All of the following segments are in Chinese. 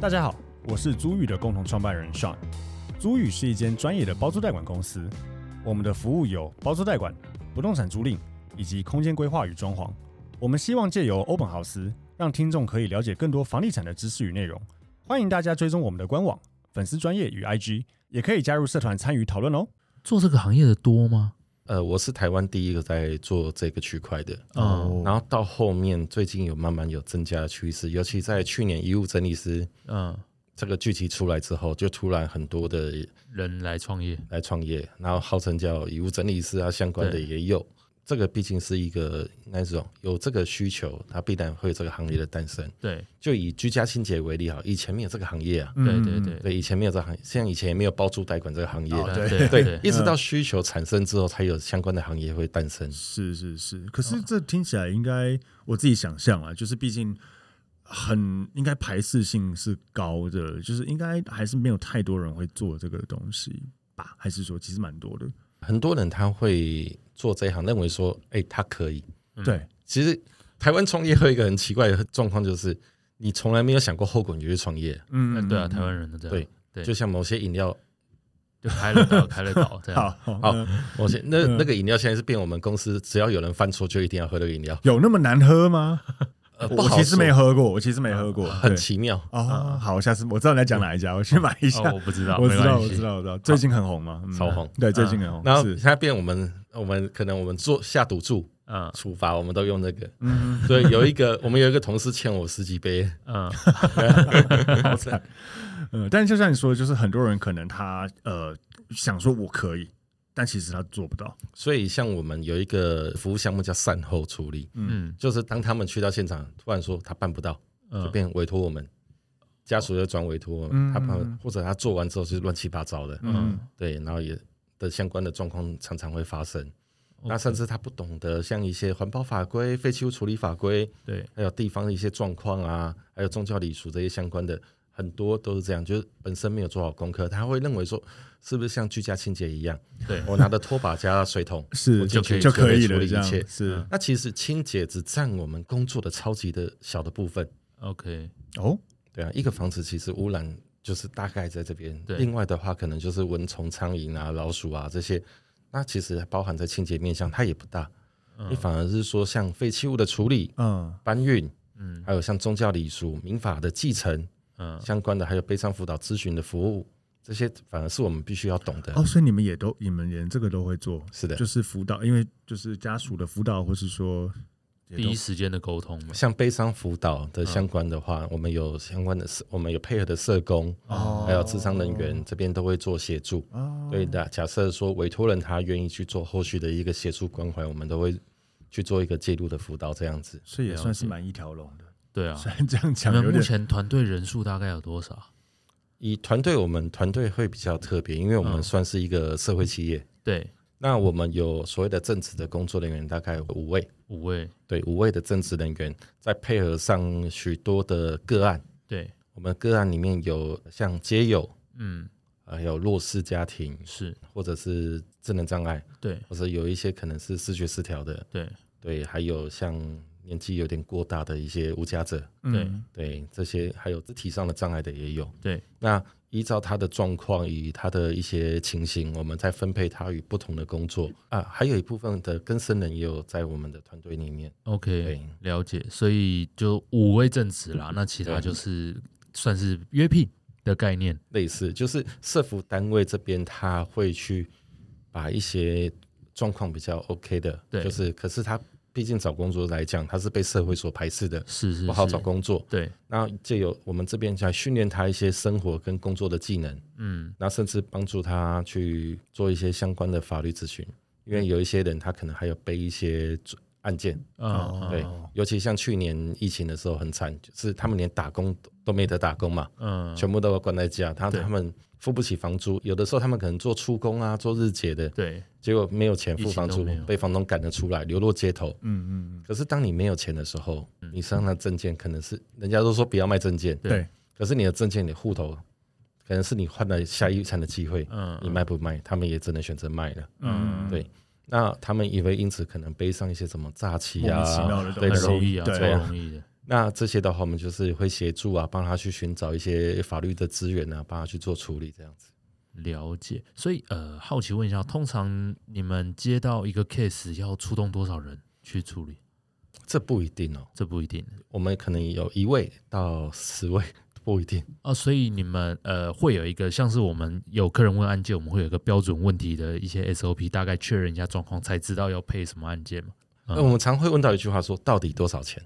大家好，我是租宇的共同创办人 Sean。租宇是一间专业的包租代管公司，我们的服务有包租代管、不动产租赁以及空间规划与装潢。我们希望借由欧本豪斯，让听众可以了解更多房地产的知识与内容。欢迎大家追踪我们的官网、粉丝专业与 IG，也可以加入社团参与讨论哦。做这个行业的多吗？呃，我是台湾第一个在做这个区块的，哦然后到后面最近有慢慢有增加的趋势，尤其在去年遗物整理师嗯，这个剧集出来之后，就突然很多的人来创业，来创业，然后号称叫遗物整理师啊，相关的对也有。这个毕竟是一个那种有这个需求，它必然会有这个行业的诞生。对就以居家清洁为例好，以前没有这个行业啊，嗯对对对对，以前没有这个行业，像以前也没有包租代管这个行业，哦对对，一直到需求产生之后，才有相关的行业会诞生。是是是，可是这听起来应该我自己想象啊，就是毕竟很应该排斥性是高的，就是应该还是没有太多人会做这个东西吧？还是说其实蛮多的？很多人他会做这一行，认为说，哎、他可以。对，其实台湾创业会有一个很奇怪的状况，就是你从来没有想过后果，你就去创业。嗯嗯对啊，台湾人的这样，对对，就像某些饮料，就开了岛，开了岛这好样，好好呃某些那那个饮料现在是变我们公司，只要有人犯错就一定要喝那个饮料。有那么难喝吗？呃，不我好其实没说，呃喝过，我其实没喝过，很对奇妙。哦。好，我下次我知道你在讲哪一家，我去买一下。哦，我不知道，我没知道，关我知系，道，我知道，最近很红吗？嗯超红对，最近很红。然后是现在变我们，我们可能我们做下赌注嗯处罚，我们都用那个。嗯，所以有一个，我 们有一个同事欠我十几杯，嗯， 好惨。嗯，但是就像你说的，就是很多人可能他呃想说我可以，但其实他做不到。所以像我们有一个服务项目叫善后处理， 嗯就是当他们去到现场，突然说他办不到，就嗯，变委托我们，家属就转委托我嗯们，他怕或者他做完之后是乱七八糟的，嗯对，然后也的相关的状况常常会发生。那 OK 甚至他不懂得像一些环保法规、废弃物处理法规，对，还有地方的一些状况啊，还有宗教礼俗这些相关的，很多都是这样，就是本身没有做好功课，他会认为说是不是像居家清洁一样，对我拿着拖把加水桶， 是我就进去就就可以处了，理这一切样。是嗯那其实清洁只占我们工作的超级的小的部分， ，OK，哦，对啊，一个房子其实污染就是大概在这边，对另外的话可能就是蚊虫、苍蝇啊、老鼠啊这些，那其实包含在清洁面向它也不大，嗯你反而是说像废弃物的处理、嗯搬运，嗯还有像宗教礼俗、民法的继承嗯，相关的，还有悲伤辅导咨询的服务，这些反而是我们必须要懂的。哦，所以你们也都你们连这个都会做，是的，就是辅导，因为就是家属的辅导，或是说也第都一时间的沟通嘛，像悲伤辅导嗯的相关的话，我们有相关的社，我们有配合的社工，哦还有智商人员这边都会做协助。哦对的，假设说委托人他愿意去做后续的一个协助关怀，我们都会去做一个介入的辅导，这样子。所以也了算是解蛮一条龙的。对啊，虽然这样你讲们有目点前团队人数大概有多少？以团队，我们团队会比较特别，因为我嗯们算是一个社会企业。对，那我们有所谓的正职的工作人员，大概有五位。五位，对，五位的正职人员，再配合上许多的个案，对，我们个案里面有像街友，嗯，还呃有弱势家庭，是，或者是智能障碍，对或者有一些可能是视觉失调的，对对，还有像年纪有点过大的一些无家者，嗯对对，这些还有肢体上的障碍的也有。对，那依照他的状况与他的一些情形，我们再分配他与不同的工作啊，还有一部分的更生人也有在我们的团队里面。 ，OK，对嗯了解。所以就五位正职啦，那其他对就是算是约聘的概念。类似，就是社服单位这边他会去把一些状况比较 OK 的，对就是可是他毕竟找工作来讲，他是被社会所排斥的，是是不好找是，工作。对，那借由我们这边来训练他一些生活跟工作的技能，嗯，那甚至帮助他去做一些相关的法律咨询，因为有一些人他可能还有背一些案件，啊，对，尤其像去年疫情的时候很惨，就是他们连打工都都没得打工嘛，嗯，全部都关在家，他对他们付不起房租，有的时候他们可能做出工啊，做日结的，对，结果没有钱疫付情房都租没有，被房东赶了出来，流落街头。嗯嗯嗯，可是当你没有钱的时候，嗯你身上的证件可能是人家都说不要卖证件，对，可是你的证件、你的户头，可能是你换了下一餐的机会，嗯，你卖不卖？他们也只能选择卖了。嗯对那他们也会因此可能背上一些什么诈欺莫名其啊，妙的对东很的西，容易啊，对超容易的，那这些的话，我们就是会协助啊，帮他去寻找一些法律的资源啊，帮他去做处理这样子。了解。所以呃，好奇问一下，通常你们接到一个 case 要出动多少人去处理？这不一定哦，这不一定我们可能有一位到十位，不一定。哦，所以你们呃会有一个像是我们有客人问案件，我们会有一个标准问题的一些 SOP，大概确认一下状况，才知道要配什么案件嘛。嗯那我们常会问到一句话说，到底多少钱？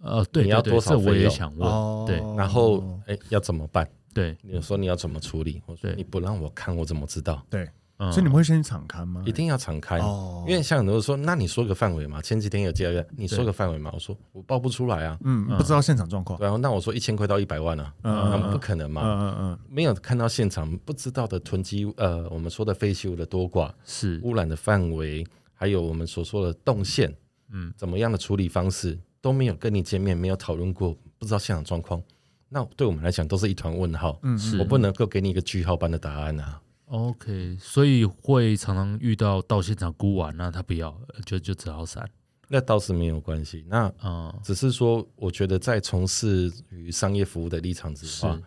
呃，对你要对对，多少这我费也用哦想问。哦对然后哎，要怎么办？对，你说你要怎么处理？我说对你不让我看，我怎么知道？对，嗯所以你们会先敞开吗？一定要敞开，嗯哦因为像很多人说，那你说个范围嘛？前几天有接到一个，你说个范围嘛？我说我报不出来啊。嗯，不知道现场状况。然后那我说一千块到一百万啊，嗯那不可能嘛。嗯嗯没有看到现场，不知道的囤积，呃，我们说的废弃物的多寡、是嗯污染的范围，还有我们所说的动线，嗯，怎么样的处理方式都没有跟你见面，没有讨论过，不知道现场状况，那对我们来讲都是一团问号。嗯，是我不能够给你一个句号般的答案啊。 OK，所以会常常遇到到现场估完，那他不要，呃就就只好闪。那倒是没有关系，那嗯，只是说，我觉得在从事于商业服务的立场之是，下，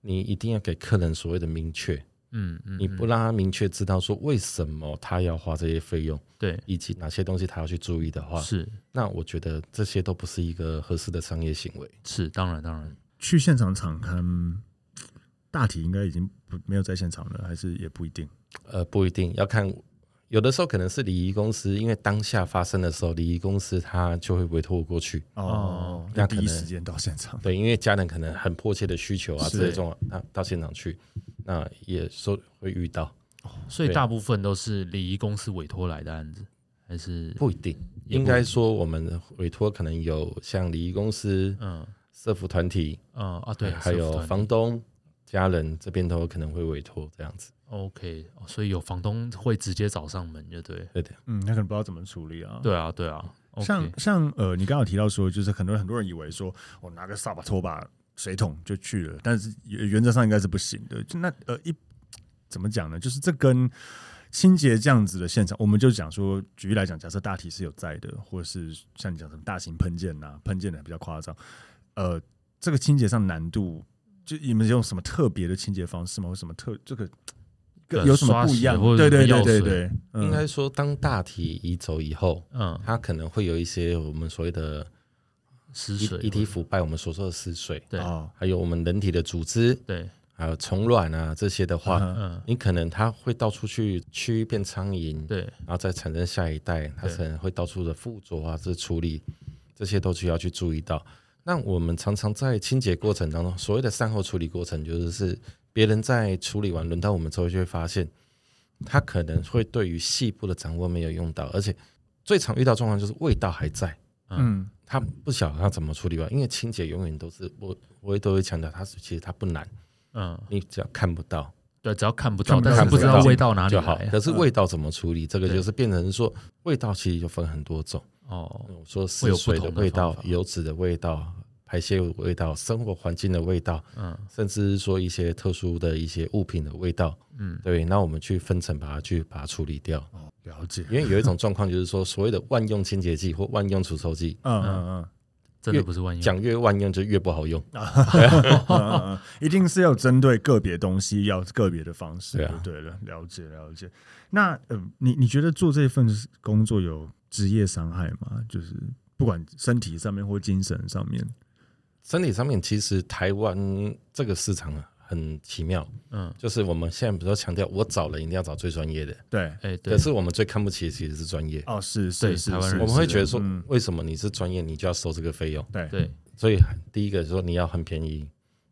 你一定要给客人所谓的明确，嗯嗯，你嗯不让他明确知道说为什么他要花这些费用，对，以及哪些东西他要去注意的话，是那我觉得这些都不是一个合适的商业行为。是，当然当然，去现场敞开，嗯大体应该已经不没有在现场了，还是也不一定。呃，不一定要看，有的时候可能是礼仪公司，因为当下发生的时候，礼仪公司他就会委托我过去。哦，那要可第能一时间到现场。对，因为家人可能很迫切的需求啊，是这种那到现场去，那也说会遇到，所以对大部分都是礼仪公司委托来的案子，还是不一定。也不应该说，我们委托可能有像礼仪公司、嗯社服团体，嗯啊对，还社服有团房东、家人这边都有可能会委托这样子。 OK，哦所以有房东会直接找上门，就对，对的，嗯，他可能不知道怎么处理啊。嗯对啊对啊，OK，像像呃，你刚刚有提到说，就是很多很多人以为说我拿个扫把拖把水桶就去了，但是原原则上应该是不行的。就那呃一怎么讲呢？就是这跟清洁这样子的现场，我们就讲说，举例来讲，假设大体是有在的，或者是像你讲什么大型喷溅呐、啊喷溅的比较夸张，呃，这个清洁上难度，就你们有什么特别的清洁方式吗？或什么特这个？呃有什么刷不一洗样？或者对对什么对对药水对，嗯应该说，当大体移走以后，嗯它可能会有一些我们所谓的湿遗水遗体或腐败，我们所说的死水，对哦，还有我们人体的组织，对还有虫卵啊这些的话，嗯嗯你可能它会到处去区域变苍蝇，对然后再产生下一代，它对可能会到处的附着啊，这处理这些都需要去注意到。那我们常常在清洁过程当中，所谓的善后处理过程，就是是别人在处理完，轮到我们之后就会发现，他可能会对于细部的掌握没有用到，而且最常遇到状况就是味道还在，嗯他不晓得他怎么处理完，因为清洁永远都是我我也都会强调，它是其实它不难，嗯你只要看不到，对，只要看不看到，不但到就是不知不道要味进道哪里就好来。啊可是味道怎么处理，这个对就是变成说，味道其实就分很多种。哦，我说会是有不水的同的味方道法、油脂的味道、排泄物的味道、生活环境的味道，嗯甚至是说一些特殊的一些物品的味道。嗯，对，那我们去分层把它去把它处理掉。了解，因为有一种状况就是说，所谓的万用清洁剂或万用除臭剂，嗯嗯嗯。真的不是万用。讲越万用就越不好用。嗯嗯嗯一定是要针对个别东西，要个别的方式，对对啊对了，了解了解。那嗯、呃你你觉得做这份工作有职业伤害吗？就是不管身体上面或精神上面，身体上面，其实台湾这个市场啊很奇妙，嗯，就是我们现在比较强调，我找人一定要找最专业的，对，哎，对可，是我们最看不起的其实是专业。哦，是是对是，台湾是人我们会觉得说嗯，为什么你是专业，你就要收这个费用？对，对所以第一个说你要很便宜，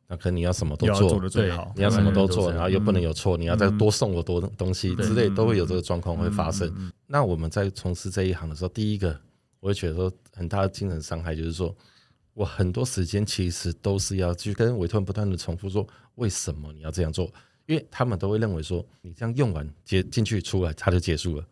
那可能你要什么都要做，做的最对好，你要什么都台湾人都做，这样然后又不能有错，你要再嗯多送我多东西对之类，都会有这个状况会发生嗯。嗯嗯那我们在从事这一行的时候，第一个我会觉得说很大的精神伤害，就是说我很多时间其实都是要去跟委托人不断的重复说，为什么你要这样做？因为他们都会认为说你这样用完结进去出来，它就结束了。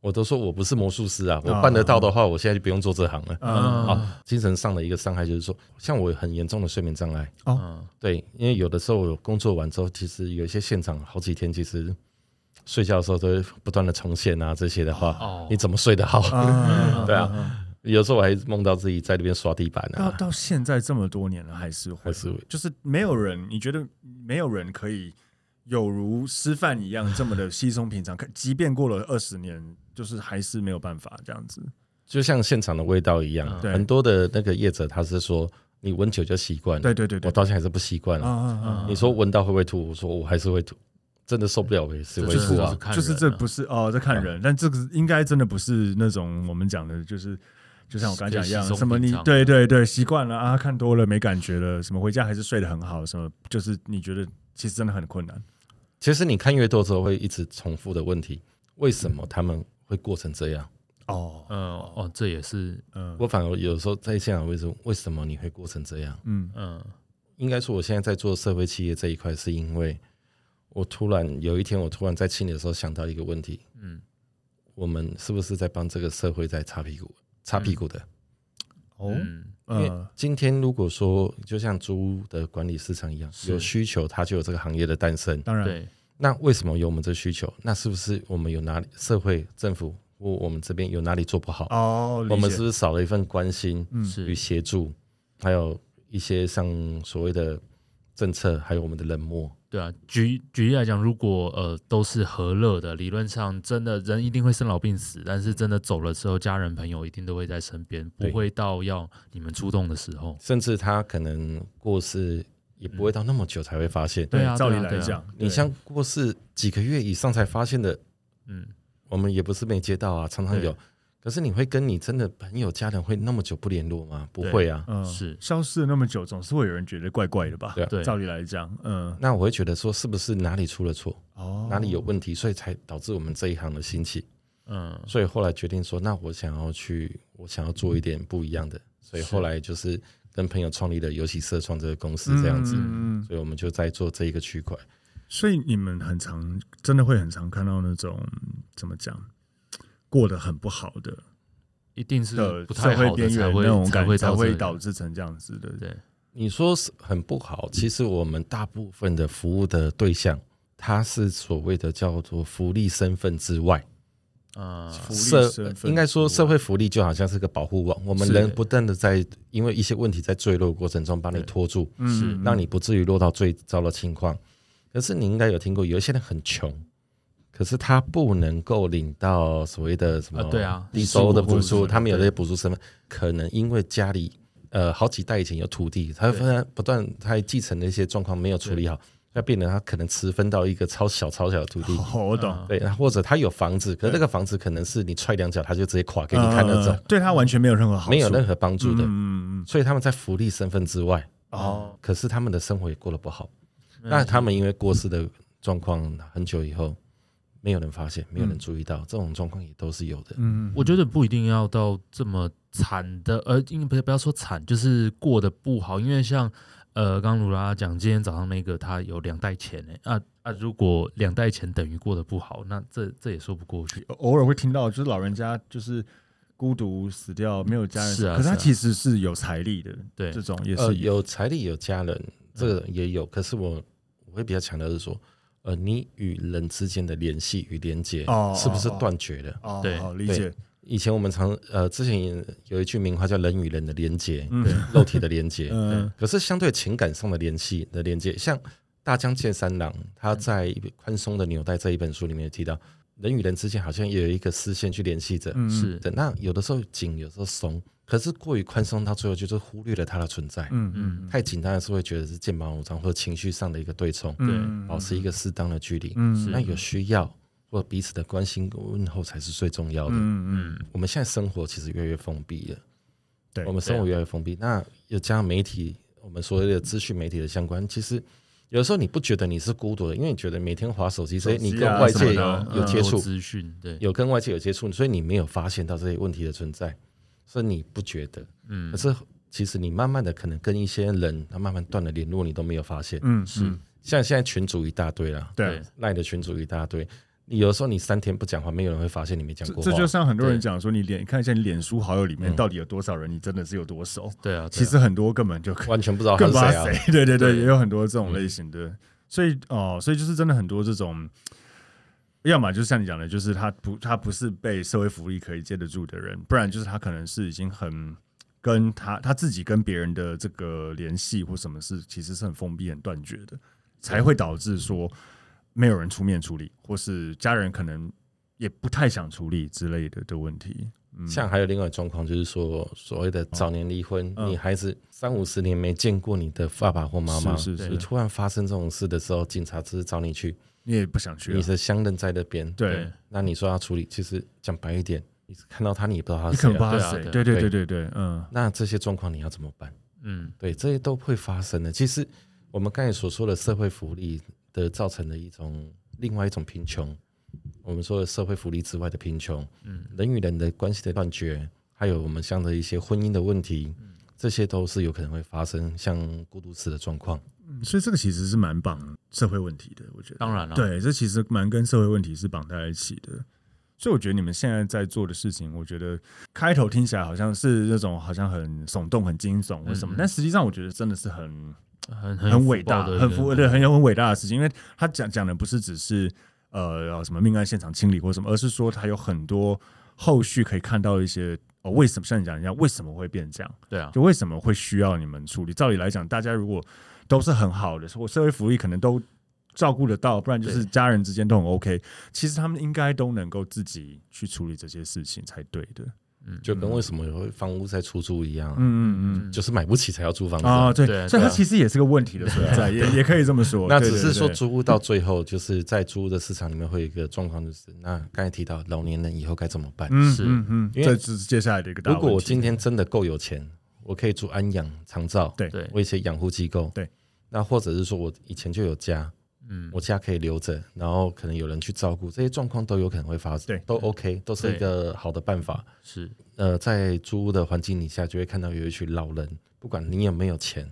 我都说我不是魔术师啊，我办得到的话，我现在就不用做这行了。嗯啊，精神上的一个伤害就是说，像我有很严重的睡眠障碍，嗯，对，因为有的时候我工作完之后，其实有一些现场好几天，其实睡觉的时候都会不断的重现啊这些的话，哦你怎么睡得好？啊对啊啊， 有时候我还梦到自己在那边刷地板到嗯啊，到现在这么多年了，还是会还，是会就是没有人，你觉得没有人可以有如师范一样这么的稀松平常，可即便过了二十年，就是还是没有办法这样子。就像现场的味道一样，嗯对很多的那个业者他是说你闻久就习惯了对，对对对我，到现在还是不习惯啊啊。啊嗯你说闻到会不会吐？我说我还是会吐，真的受不了我也是这会就是吐啊。看啊！人就是这啊不是哦，在看人，但这个应该真的不是那种我们讲的，就是就像我刚才讲一可以稀样，松什么平你常对对对习惯了啊，看多了没感觉了，什么回家还是睡得很好，什么就是你觉得其实真的很困难。其实你看越多之后，会一直重复的问题，为什么他们会过成这样？哦，呃哦，这也是嗯我反而有时候在现场会说，为什么你会过成这样？嗯哦嗯应该说，我现在在做社会企业这一块，是因为我突然有一天，我突然在清理的时候想到一个问题：嗯我们是不是在帮这个社会在擦屁股？嗯擦屁股的。哦嗯因为嗯今天如果说就像租屋的管理市场一样，是有需求，它就有这个行业的诞生。当然对那为什么有我们这需求？那是不是我们有哪里社会、政府或我们这边有哪里做不好？哦，我理们解是不是少了一份关心嗯是与协助，还有一些像所谓的政策，还有我们的冷漠？对啊，举举例来讲，如果呃都是和乐的，理论上真的人一定会生老病死，但是真的走了之后，家人朋友一定都会在身边，不对会到要你们出动的时候。甚至他可能过世也不会到那么久才会发现。对啊照理对啊来对啊讲，你对像过世几个月以上才发现的，嗯，我们也不是没接到啊，常常有对。可是你会跟你真的朋友、家人会那么久不联络吗？不会啊。嗯是消失了那么久，总是会有人觉得怪怪的吧？对啊对照理来讲，嗯那我会觉得说，是不是哪里出了错，哦，哪里有问题，所以才导致我们这一行的兴起。嗯所以后来决定说，那我想要去，我想要做一点不一样的。所以是后来就是跟朋友创立了游戏社创这个公司嗯这样子，嗯嗯嗯所以我们就在做这一个区块。所以你们很常真的会很常看到那种怎么讲过得很不好的一定是的不社太会好边的缘才那种会才感会才到会这导里致成这样子的。对你说是很不好，其实我们大部分的服务的对象，它是所谓的叫做福利身份之外，啊福利身份应该说之外社会福利就好像是个保护网，我们是人不断的在因为一些问题在坠落过程中把你拖住，是嗯让你不至于落到最糟的情况。可是你应该有听过，有一些人很穷，可是他不能够领到所谓的什么啊对啊低收的补补助什助，么他们有对这些补助身份，可能因为家里呃好几代以前有土地，他对突然不断他还继承的一些状况没有处理好，那变得他可能持分到一个超小超小的土地。哦好，哦我懂，对，或者他有房子，可是那个房子可能是你踹两脚他就直接垮给嗯你看那种呃，对他完全没有任何好处，没有任何帮助的。嗯嗯嗯所以他们在福利身份之外，哦，可是他们的生活也过得不好。嗯那他们因为过世的状况很久以后，没有人发现，没有人注意到，这种状况也都是有的。嗯，我觉得不一定要到这么惨的，呃，应不不要说惨，就是过得不好，因为像呃，刚刚卢拉讲，今天早上那个他有两袋钱诶、啊啊，如果两袋钱等于过得不好，那这这也说不过去。偶尔会听到就是老人家就是孤独死掉，没有家人，是啊可是他是啊其实是有财力的，对这种也呃，是有财力有家人，这个也有。可是我我会比较强调的是说，呃，你与人之间的联系与连接哦是不是哦哦断绝的？哦，对好理解，以前我们常呃，之前有一句名话叫“人与人的连接”，嗯对肉体的 连接。嗯可是相对情感上的联系的连接，像大江健三郎他在《宽松的纽带》这一本书里面有提到，人与人之间好像也有一个丝线去联系着。嗯是，对，那有的时候紧，有时候松，可是过于宽松，到最后就是忽略了它的存在。嗯嗯太紧，当然是会觉得是剑拔弩张或者情绪上的一个对冲，嗯保持一个适当的距离。嗯是那有需要或彼此的关心问候才是最重要的。嗯嗯嗯，我们现在生活其实越来越封闭了，对啊我们生活越来越封闭。那又加上媒体，我们所谓的资讯媒体的相关，其实有时候你不觉得你是孤独的，因为你觉得每天划手机，所以你手跟机啊外什界么有的有接呃很多触，资讯，对，有跟外界有接触，所以你没有发现到这些问题的存在，所以你不觉得。嗯可，是其实你慢慢的可能跟一些人，他慢慢断了联络，你都没有发现。嗯，是啊嗯，像现在群主一大堆啦，对。赖的群主一大堆，你有时候你三天不讲话，没有人会发现你没讲这过啊话。这就像很多人讲说，你脸看一下你脸书好友里面到底有多少人，你真的是有多熟？嗯对啊，其对啊实很多根本就可完全不知道他更是不知道啊。谁。对对对，对也有很多这种类型的，所以哦，所以就是真的很多这种要么就是像你讲的，就是他不他不是被社会福利可以接得住的人，不然就是他可能是已经很跟他他自己跟别人的这个联系或什么事，其实是很封闭、很断绝的，才会导致说没有人出面处理，或是家人可能也不太想处理之类的的问题。嗯，像还有另外的状况，就是说所谓的早年离婚，嗯你孩子三五十年没见过你的爸爸或妈妈，是是你是，突然发生这种事的时候，警察只是找你去，你也不想去你啊，的相认在那边，对，那你说要处理，其实讲白一点，你看到他你也不知道他你是可谁能啊、不知道对是啊谁，对对对对对对，嗯，那这些状况你要怎么办？嗯，对，这些都会发生的。其实我们刚才所说的社会福利的造成的一种另外一种贫穷，我们说的社会福利之外的贫穷，嗯，人与人的关系的断绝，还有我们像的一些婚姻的问题，嗯这些都是有可能会发生像孤独死的状况。所以这个其实是蛮绑社会问题的，我觉得。当然啊了，，对，这其实蛮跟社会问题是绑在一起的。所以我觉得你们现在在做的事情，我觉得开头听起来好像是那种好像很耸动、很惊悚或什么，嗯嗯但实际上我觉得真的是很很很很伟大、的，啊很福对，很有很伟大的事情，因为他讲讲的不是只是呃什么命案现场清理或什么，而是说他有很多后续可以看到一些哦，为什么像你讲一样，为什么会变这样？对啊，就为什么会需要你们处理？照理来讲，大家如果都是很好的，我社会福利可能都照顾得到，不然就是对家人之间都很 OK。其实他们应该都能够自己去处理这些事情才对的。就嗯跟为什么有房屋在出租一样啊、嗯嗯嗯。就是买不起才要租房子啊啊，对，对所以对它啊其实也是个问题的存在，也也可以这么说。那对只对是说对租屋到最后，就是在租屋的市场里面会有一个状况，就是那刚才提到老年人以后该怎么办？嗯是嗯嗯，因这为是接下来的一个大如问题。果我今天真的够有钱，我可以住安养长照，对对，我一些养护机构，对。那或者是说我以前就有家，嗯，我家可以留着，然后可能有人去照顾，这些状况都有可能会发生，对都 OK，都是一个好的办法。是呃，在租屋的环境底下，就会看到有一群老人，不管你有没有钱，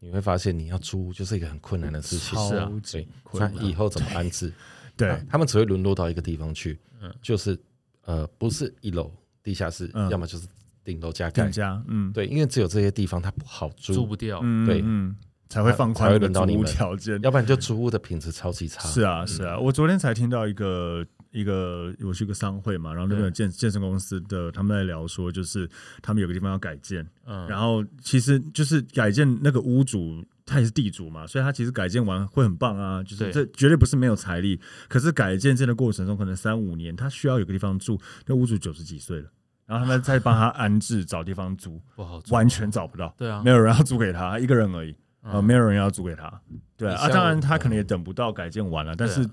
你会发现你要租屋就是一个很困难的事情，是啊超级对，那困难以后怎么安置？对那他们只会沦落到一个地方去嗯，就是呃，不是一楼地下室嗯，要么就是顶楼加盖更，加嗯对，因为只有这些地方它不好租租，不掉，嗯对嗯才会放才宽会的轮到租你屋们条件。要不然就租屋的品质超级差。是嗯啊，是啊，我昨天才听到一个一个，我去一个商会嘛，然后那边有健健身公司的，他们在聊说，就是他们有个地方要改建，嗯，然后其实就是改建那个屋主。他也是地主嘛，所以他其实改建完会很棒啊，就是对这绝对不是没有财力。可是改建这个过程中，可能三五年，他需要有个地方住。那屋主九十几岁了，然后他们再帮他安置，找地 方租，不好租，完全找不到，对啊，没有人要租给他，一个人而已。呃，嗯没有人要租给他，对啊，你啊像当然我他可能也等不到改建完了，但对啊是、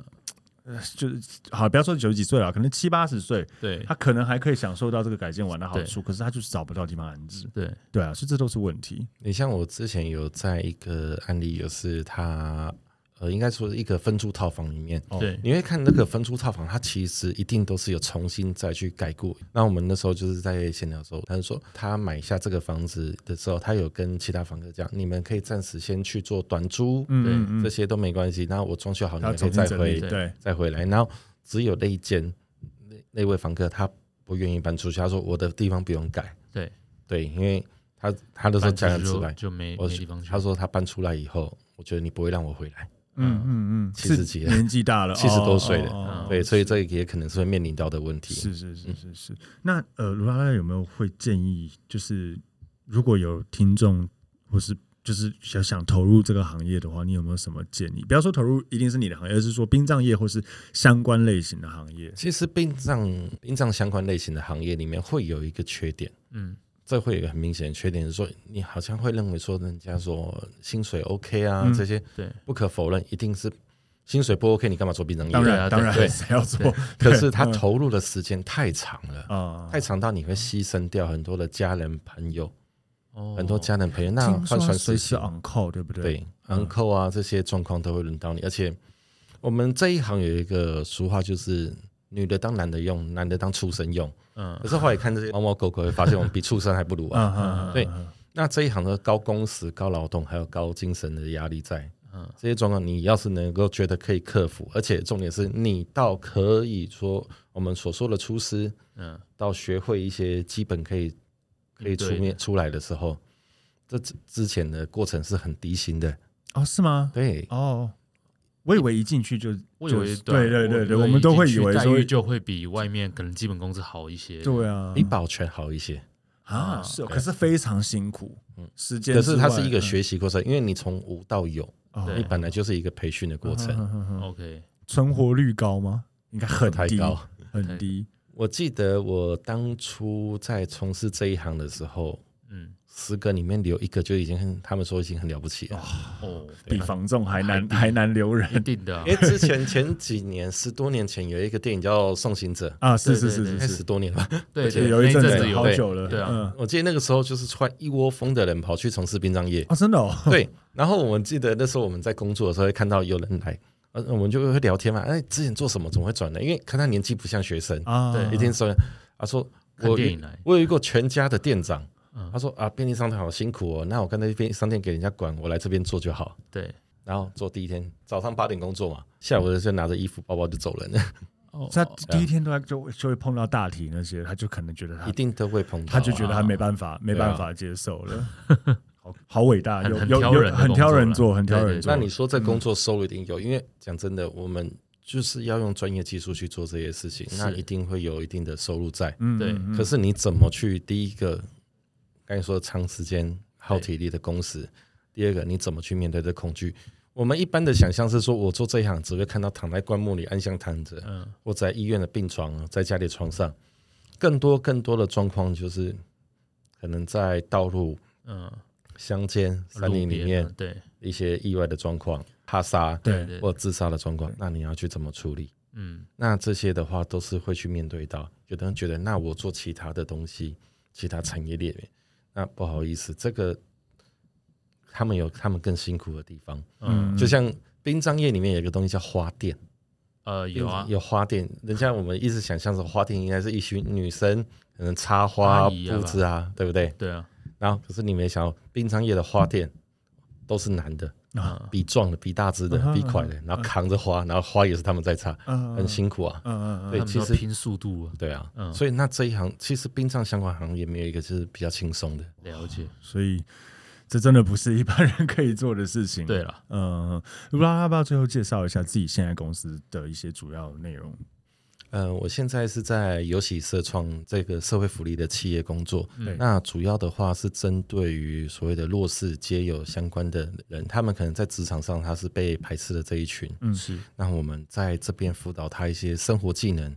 呃就是好，不要说九十几岁了，可能七八十岁，对他可能还可以享受到这个改建完的好处，可是他就是找不到地方安置，对，对啊，所以这都是问题，你像我之前有在一个案例，有是他呃，应该说一个分租套房里面。哦对，你会看那个分租套房，它其实一定都是有重新再去改过。那我们那时候就是在闲聊的时候，他就说他买下这个房子的时候，他有跟其他房客讲，你们可以暂时先去做短租，对嗯嗯这嗯，些都没关系。那我装修好，你他们重可以新再整理，回嗯对对，再回来。然后只有那一间那那位房客他不愿意搬出去，他说我的地方不用改，对对，因为他他那时候搬讲了出去直就白，就没我没地方去，他说他搬出来以后，我觉得你不会让我回来，嗯嗯嗯， 70是几了年纪大了，哦70多岁了了对，所以这个也可能是会面临到的问题。是是是是是。那呃，卢拉拉有没有会建议，就是如果有听众或是就是想想投入这个行业的话，你有没有什么建议？不要说投入一定是你的行业，而是说殡葬业或是相关类型的行业。其实殡葬殡葬相关类型的行业里面会有一个缺点，嗯，这会有一个很明显的缺点，就是说你好像会认为说人家说薪水 OK 啊、嗯这些，对，不可否认，一定是薪水不 OK，你干嘛做殡葬业？当对然，啊当然对谁要做对？可是他 嗯投入的时间太长了，啊，太长到你会牺牲掉很多的家人朋友，哦，很多家人朋友，那听说换他算随事时情， on call，对不对？对，uncle 啊这些状况都会轮到你，而且我们这一行有一个俗话就是。女的当男的用，男的当畜生用。嗯可是后来看这些猫猫狗狗，会发现我们比畜生还不如啊，啊。啊啊，对啊啊那这一行的高工时、高劳动，还有高精神的压力在，嗯这些状况，你要是能够觉得可以克服，而且重点是你到可以说我们所说的出师，嗯，到学会一些基本可以可以出对面出来的时候，这之之前的过程是很低薪的。哦，是吗？对，哦，我以为一进去就，我以为就是对对啊对对，我我们都会以以为待遇说，就会比外面可能基本工资好一些。对啊，比保全好一些。啊是哦，对嗯可是非常辛苦，时间可是它之外是一个学习过程，因为你从无到有，嗯对你本来就是一个培训的过程，哦 OK， 存活率高吗？应该很太低，高。很低。我记得我当初在从事这一行的时候，嗯，十个里面留一个就已经很，他们说已经很了不起了。哦，比房仲还还难低还难留 一人定的啊因为之前前几年十多年前有一个电影叫《送行者》，啊！是是对是对是应该十是，多年了吧。对，对有那一阵子子有好对久了，对啊嗯我记得那个时候就是突然一窝蜂的人跑去从事殡葬业，啊，真的哦， 对。 然后我记得那时候我们在工作的时候会看到有人来，呃，我们就会聊天嘛。哎，之前做什么？怎么会转来？因为看他年纪不像学生，啊，对一定是他说看我电影来，我有一个全家的店长嗯，他说啊，便利商店好辛苦哦，那我刚才便利商店给人家管，我来这边做就好。对，然后做第一天，早上八点工作嘛，下午就拿着衣服包包就走人了，哦所以他第一天都在就就会碰到大题那些，他就可能觉得他一定都会碰嗯到啊。他就觉得哦他没办法，没办法接受了， 好好伟大，啊很有很有挑人有的很工挑作人啦做，很对挑对人做那。你说这工作收入一定有，因为讲真的，我们就是要用专业技术去做这些事情，是那一定会有一定的收入在。嗯对嗯嗯可是你怎么去？第一个，刚才说长时间耗体力的工时；第二个，你怎么去面对这恐惧？我们一般的想象是说，我做这一行只会看到躺在棺木里安详躺着，嗯，或在医院的病床，在家里床上。更多更多的状况就是，可能在道路、嗯，乡间、山林路里边面啊，对一些意外的状况，他杀，对对或自杀的状况，那你要去怎么处理？嗯，那这些的话都是会去面对到。有的人觉得，那我做其他的东西，其他产业链，那不好意思，这个他们有他们更辛苦的地方。嗯，就像殡葬业里面有一个东西叫花店，呃，有啊，有花店，人家我们一直想象是花店应该是一群 女生可能插花、阿姨啊布置啊，对不对？对啊，然后可是你没想到，殡葬业的花店都是男的，啊，比壮的、比大只的嗯、哼比快的，然后扛着花，然后花也是他们在插，嗯很辛苦啊。嗯嗯嗯对他们其要实拼速度啊，对啊，嗯所以那这一行其实殡葬相关行业没有一个就是比较轻松的，了解，所以这真的不是一般人可以做的事情。对，了，嗯，不知道要不要最后介绍一下自己现在公司的一些主要内容？呃，我现在是在有喜社创这个社会福利的企业工作，对那主要的话是针对于所谓的弱势街友相关的人，他们可能在职场上他是被排斥的这一群，嗯是，那我们在这边辅导他一些生活技能，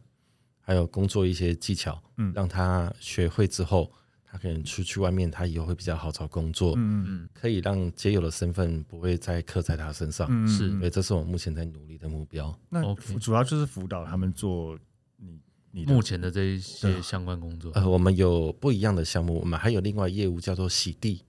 还有工作一些技巧，嗯让他学会之后，他可能出去外面，他以后会比较好找工作，嗯可以让街友的身份不会再刻在他身上，嗯是所以这是我目前在努力的目标。那 OK 主要就是辅导他们做你你的啊目前的这一些相关工作，呃，我们有不一样的项目，我们还有另外业务叫做洗地，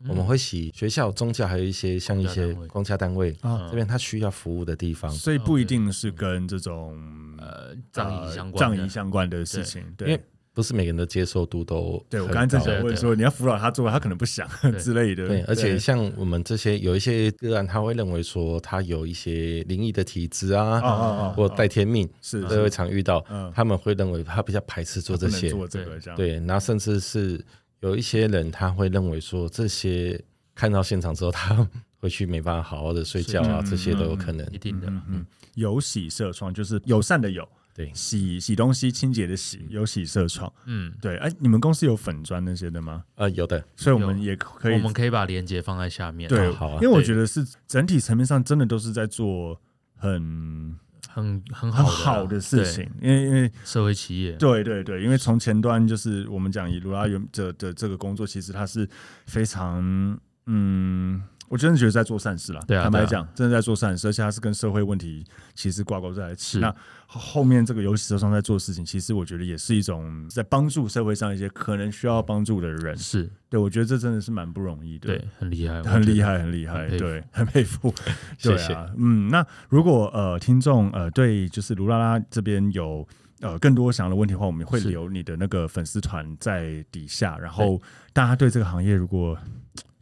嗯我们会洗学校、宗教，还有一些像一些公家单位啊这边他需要服务的地方，所以不一定是跟这种呃，葬仪相关葬的，仪相关的事情，因为对。不是每个人的接受度都对，我很刚才正高想问说，你要辅导他做，他可能不想 之类的。对，而且像我们这些有一些个案，他会认为说他有一些灵异的体质哦啊，哦或带天命，是都是会常遇到啊嗯。他们会认为他比较排斥做这不能些，做这个这样。对，然后甚至是有一些人他会认为说这些看到现场之后，他 回去没办法好好的睡觉啊，是这些都有可能。一定的啦，嗯，有喜社创就是友善的友，嗯对洗洗东西清洁的洗，有喜社创。嗯，对，哎、你们公司有粉砖那些的吗？呃，有的，所以我们也可以，我们可以把链接放在下面，对，啊好啊因为我对觉得是整体层面上真的都是在做很很很很好好的的啦事，情，因为因为对社会企业，对对对，因为从前端就是我们讲以卢拉原的的这个工作，其实它是非常嗯。我真的觉得在做善事了，对啊坦白对啊讲，真的在做善事，而且它是跟社会问题其实挂钩在一起。是那后后面这个游戏车上在做的事情，其实我觉得也是一种在帮助社会上一些可能需要帮助的人。是，对，我觉得这真的是蛮不容易的。对，很厉害，很厉害，害，很厉害，很佩服对，很佩 服。谢对谢啊，嗯，那如果呃听众呃对就是卢拉拉这边有呃更多想要的问题的话，我们会是留你的那个粉丝团在底下，然后大家对这个行业如果嘖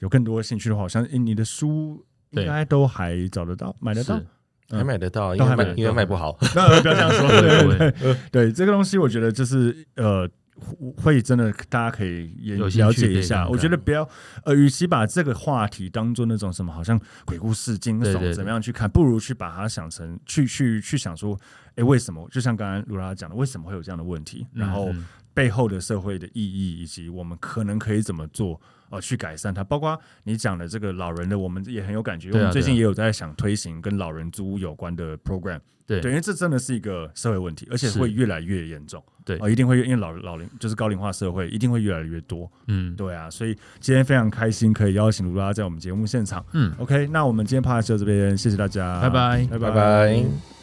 有更多兴趣的话，我相信你的书应对该都还找得到，买得到 是。嗯还买得到，都因还为买卖得因为到卖不好，那不要这样说，不 会对不对对，这个东西我觉得就是呃。会真的大家可以也有兴趣了解可以一看下。看哦我觉得不要呃，与其把这个话题当做那种什么好像鬼故事、惊对对对悚怎么样去看，不如去把它想成去去去想说，哎，为什么？就像刚刚卢拉讲的，为什么会有这样的问题？然后嗯背后的社会的意义，以及我们可能可以怎么做。呃，去改善它，包括你讲的这个老人的，我们也很有感觉。因为我对啊们最对近啊也有在想推行跟老人租屋有关的 program，对对，因为这真的是一个社会问题，而且是会越来越严重。对啊、一定会越因为老老龄就是高龄化社会，一定会越来越多。嗯对啊，所以今天非常开心可以邀请卢拉在我们节目现场。嗯， OK，那我们今天 p 就到这边，谢谢大家，拜拜拜拜拜。